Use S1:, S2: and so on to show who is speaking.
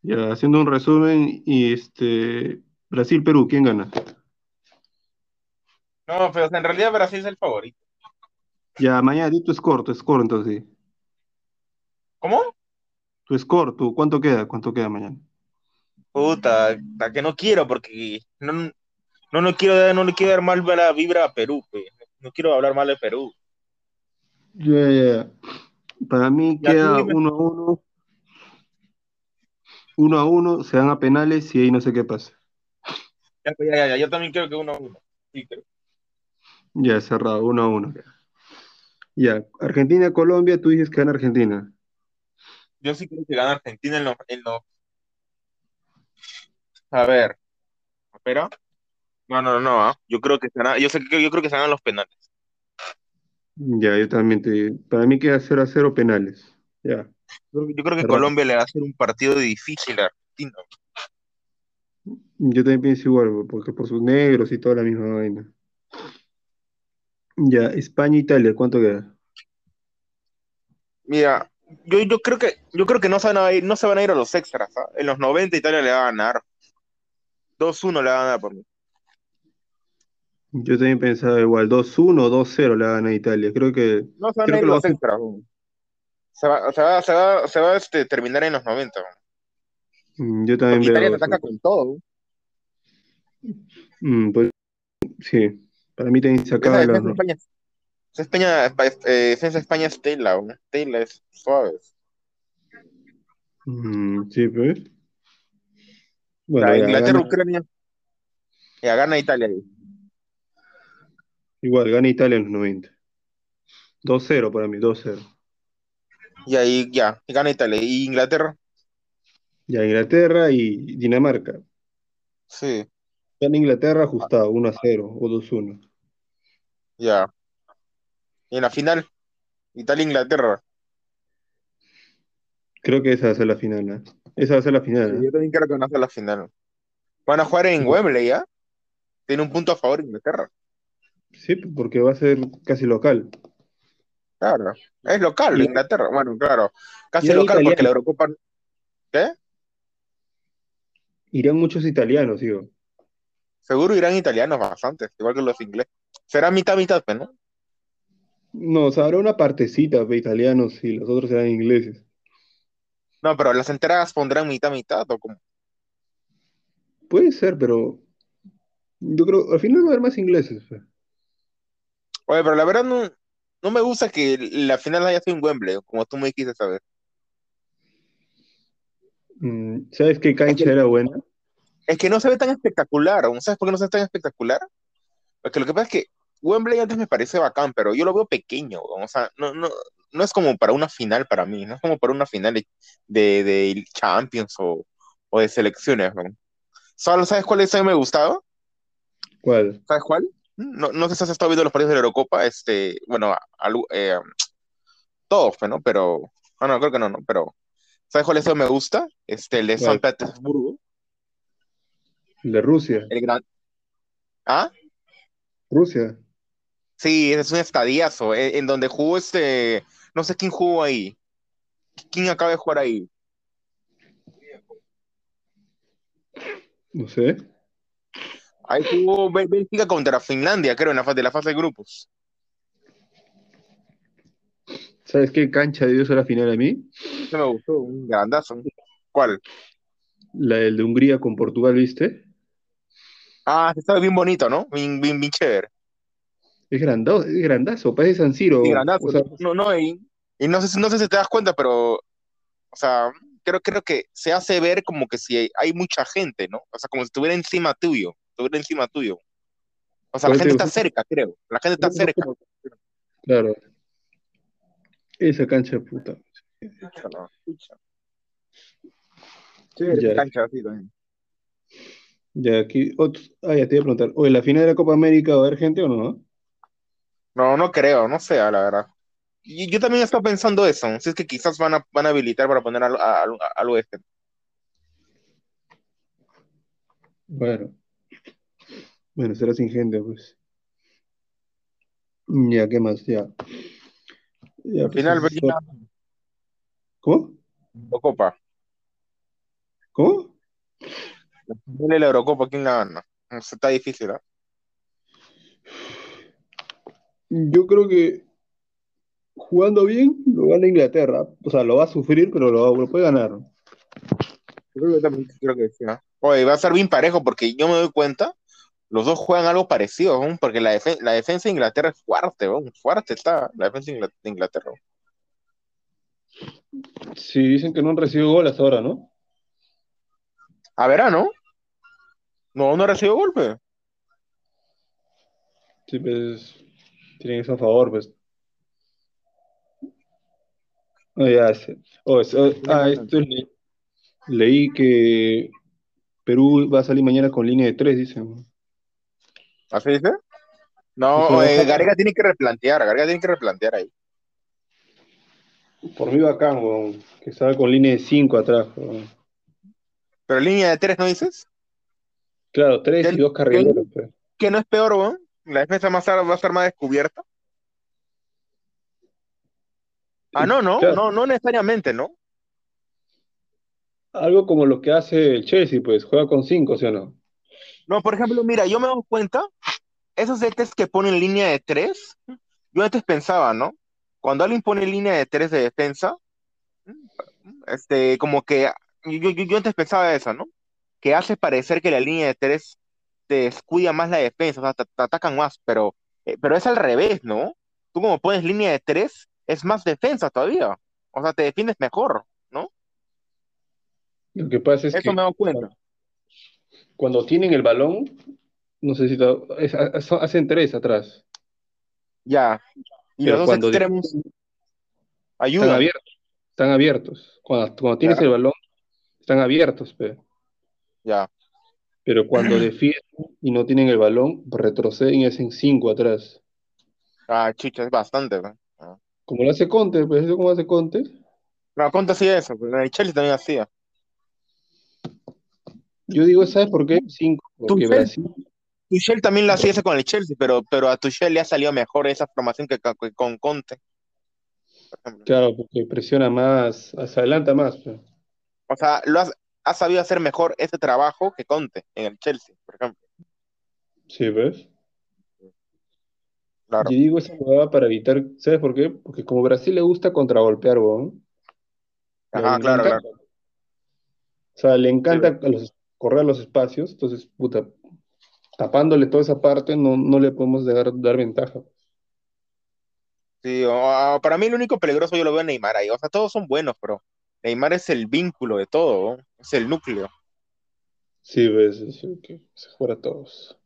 S1: Ya, haciendo un resumen, y este, Brasil-Perú, ¿quién gana?
S2: No, pero en realidad Brasil es el favorito.
S1: Ya, mañana di tu score, tu score entonces.
S2: ¿Cómo?
S1: Tu score, tu, ¿cuánto queda? ¿Cuánto queda mañana?
S2: Puta, la que no quiero porque no, no, no quiero dar- no le quiero dar mal la vibra a Perú, pe. No quiero hablar mal de Perú.
S1: Ya, ya, ya. Para mí
S2: Ya tú
S1: queda
S2: dime.
S1: 1 a 1, 1 a 1, se dan a penales y ahí no sé qué pasa.
S2: Ya, ya, ya, ya, yo también creo que uno a uno. Sí, creo.
S1: Ya, cerrado, 1 a 1. Ya, Argentina-Colombia, tú dices que gana Argentina.
S2: Yo sí creo que gana Argentina en los, en los- A ver, espera. No, no, no, ah. Yo creo que se gana- yo sé que yo creo que se ganan los penales.
S1: Ya, yo también te... Para mí queda 0 a 0 penales. Ya,
S2: Yo creo que yo creo que
S1: cerrado.
S2: Colombia le va a hacer un partido difícil a Argentina.
S1: Yo también pienso igual, bro, porque por sus negros y toda la misma vaina. Ya, España-Italia, ¿cuánto queda?
S2: Mira, yo, yo creo que yo creo que no se van a ir, no se van a ir a los extras, ¿ah? En los 90 Italia le va a ganar. 2-1 le va a ganar por mí.
S1: Yo también pensaba igual, 2-1 o 2-0 la gana Italia. Creo que,
S2: No se van a
S1: creo
S2: ir
S1: que lo va a
S2: los
S1: hacer.
S2: extras. Se va, se va, se va, se va este, terminar en los 90. weón.
S1: Mm, Yo también
S2: Porque Italia
S1: veo
S2: te ataca
S1: eso.
S2: con todo. weón.
S1: Mm, pues, sí, para mí también se
S2: Esa
S1: acaba los
S2: defensa de
S1: no.
S2: España, esa España, eh, defensa de España es Tela, weón. Tela es suave.
S1: Mm, sí, pues. Bueno,
S2: La
S1: ya
S2: Inglaterra,
S1: gana,
S2: Ucrania, ya gana Italia. ahí.
S1: igual, gana Italia en los 90. 2-0 para mí, 2-0.
S2: Y ahí ya, gana Italia. Y Inglaterra,
S1: Ya Inglaterra y Dinamarca.
S2: sí,
S1: Gana Inglaterra ajustado, 1-0 o 2-1.
S2: ya. Y en la final, Italia-Inglaterra.
S1: Creo que esa va a ser la final, ¿eh? Esa va a ser la
S2: Sí,
S1: final,
S2: yo también creo que van a hacer la final. Van a jugar en
S1: ¿eh?
S2: Wembley, ¿ya? Tiene un punto a favor Inglaterra.
S1: Sí, porque va a ser casi local.
S2: Claro. Es local,
S1: Y,
S2: Inglaterra. Bueno, claro. Casi
S1: irán
S2: local porque la
S1: italianos,
S2: Eurocopa. ¿Qué?
S1: irán muchos italianos, digo.
S2: Seguro irán italianos bastantes, igual que los ingleses. Será mitad, mitad, pues, ¿no?
S1: No, o sea, habrá una partecita de italianos y los otros serán ingleses.
S2: No, pero las entradas pondrán mitad, mitad, o como.
S1: Puede ser, pero yo creo, al final va a haber más ingleses. pues.
S2: Oye, pero la verdad no, no me gusta que la final haya sido en Wembley, como tú me dijiste saber.
S1: Mm, ¿Sabes qué
S2: Es que,
S1: cancha era buena?
S2: es que no se ve tan espectacular, aún. ¿Sabes por qué no se ve tan espectacular? Porque lo que pasa es que Wembley antes me parece bacán, pero yo lo veo pequeño, weón. O sea, no, no, no es como para una final para mí, no es como para una final de, de, de Champions o, o de selecciones, weón. Solo, ¿sabes cuál es me gustaba?
S1: ¿Cuál?
S2: ¿Sabes cuál? No, no sé si has estado viendo los partidos de la Eurocopa, este, bueno, algo, eh, todos, pues, ¿no? Pero, ah, no, creo que no, no, pero, ¿sabes cuál eso me gusta? Este, el de San
S1: ¿Cuál?
S2: Petersburgo,
S1: El de Rusia.
S2: el gran, ah,
S1: Rusia.
S2: sí, ese es un estadiazo, eh, en donde jugó este, no sé quién jugó ahí, quién acaba de jugar ahí,
S1: No sé.
S2: ahí jugó Bel- Bélgica contra Finlandia, creo, en la fase, de la fase de grupos.
S1: ¿Sabes qué cancha dio eso a la final a mí?
S2: Ese me gustó, un grandazo. ¿Cuál?
S1: La del de Hungría con Portugal, ¿viste?
S2: Ah, está bien bonito, ¿no? Bien, bien, bien chévere.
S1: Es grandazo, es grandazo, parece San
S2: Sí,
S1: Siro. O
S2: grandazo.
S1: sea,
S2: No, no, y, y no sé, si- no sé si te das cuenta, pero, o sea, creo, creo que se hace ver como que si hay, hay mucha gente, ¿no? O sea, como si estuviera encima tuyo, estuviera encima tuyo. O sea, la
S1: por eso te
S2: gente
S1: digo,
S2: está
S1: creo
S2: cerca, creo. La gente está
S1: que no
S2: cerca.
S1: fue- Claro, esa cancha puta.
S2: Pucha, no, pucha. Chévere esa
S1: Ya,
S2: cancha así también.
S1: ya aquí. otros- ah, ya te iba a preguntar. Oye, ¿la final de la Copa América va a haber gente o no?
S2: No, no creo, no sé, la verdad. Y yo también estaba pensando eso, si es que quizás van a, van a habilitar para poner al, al, al oeste.
S1: Bueno, bueno, será sin gente, pues. Ya, ¿qué más? Ya. Ya, pues
S2: Final,
S1: eso es todo.
S2: Bélgica
S1: ¿Cómo?
S2: o Copa.
S1: ¿Cómo?
S2: Dale la Eurocopa, ¿quién la gana? O sea, está difícil, ¿ah?
S1: Yo creo que jugando bien lo gana Inglaterra. O sea, lo va a sufrir, pero lo, lo puede ganar.
S2: Yo creo que también creo que sí, ¿ah? Oye, va a ser bien parejo porque yo me doy cuenta, los dos juegan algo parecido, ¿no? porque la, defen- la defensa de Inglaterra es fuerte, ¿no? fuerte está la defensa de Ingl- de Inglaterra.
S1: Sí, dicen que no han recibido goles ahora, ¿no?
S2: A verano. No, no recibió golpe.
S1: Sí, pues tienen eso a favor, pues. Ah, ya sé. Oh, es- oh, ah, esto le- leí que Perú va a salir mañana con línea de tres, dicen.
S2: ¿Así dice? No,
S1: Ojalá.
S2: oye, Gareca tiene que replantear, Gareca tiene que replantear ahí.
S1: Por mí bacán, weón, que salga con línea de cinco atrás. weón.
S2: Pero línea de tres, ¿no dices?
S1: Claro, tres y
S2: Ya-
S1: dos carrileros. pues.
S2: Que no es peor, weón. La defensa más ar- va a ser más descubierta. Ah, no, no,
S1: Claro,
S2: no, no necesariamente, ¿no?
S1: algo como lo que hace el Chelsea, pues juega con cinco, ¿sí o no?
S2: No, por ejemplo, mira, yo me doy cuenta, esos DTs que ponen línea de tres, yo antes pensaba, ¿no? Cuando alguien pone línea de tres de defensa, este, como que yo, yo, yo antes pensaba eso, ¿no? Que hace parecer que la línea de tres te descuida más la defensa, o sea, te, te atacan más, pero, eh, pero es al revés, ¿no? Tú como pones línea de tres, es más defensa todavía, o sea, te defiendes mejor, ¿no?
S1: Lo que pasa es
S2: Eso me
S1: que
S2: doy cuenta.
S1: cuando tienen el balón, no sé si te- es- ha- ha- hacen tres atrás,
S2: Ya, y los
S1: pero
S2: dos
S1: cuando de-
S2: extremos
S1: están
S2: ayudan,
S1: abiertos, están abiertos. Cuando, cuando tienes el
S2: ya,
S1: balón, están abiertos, pe.
S2: ya.
S1: Pero cuando defienden y no tienen el balón, retroceden y hacen cinco atrás.
S2: Ah, chicha, es bastante, ¿no? Ah.
S1: Como lo hace Conte, pues eso como hace Conte.
S2: No, ¿cuánto hacía eso? pues, En el Chelsea también hacía.
S1: Yo digo, ¿sabes por qué? Cinco, porque
S2: Tuchel,
S1: Brasil,
S2: Tuchel también lo hacía eso con el Chelsea, pero, pero a Tuchel le ha salido mejor esa formación que, ca- que con Conte, por ejemplo.
S1: claro, porque presiona más, se adelanta más, pe.
S2: O sea, lo has- ha sabido hacer mejor ese trabajo que Conte en el Chelsea, por ejemplo.
S1: Sí, ¿ves?
S2: Claro.
S1: Yo digo esa jugada para evitar, ¿sabes por qué? Porque como Brasil le gusta contragolpear, weón, le,
S2: Ajá,
S1: le
S2: claro, claro.
S1: encanta. O sea, le
S2: Sí,
S1: encanta a los- correr a los espacios, entonces, puta, tapándole toda esa parte, no, no le podemos dejar dar ventaja.
S2: sí, o- o para mí el único peligroso yo lo veo a Neymar ahí. O sea, todos son buenos, pero Neymar es el vínculo de todo, ¿no? es el núcleo.
S1: Sí, ves, sí, que se fuera a todos.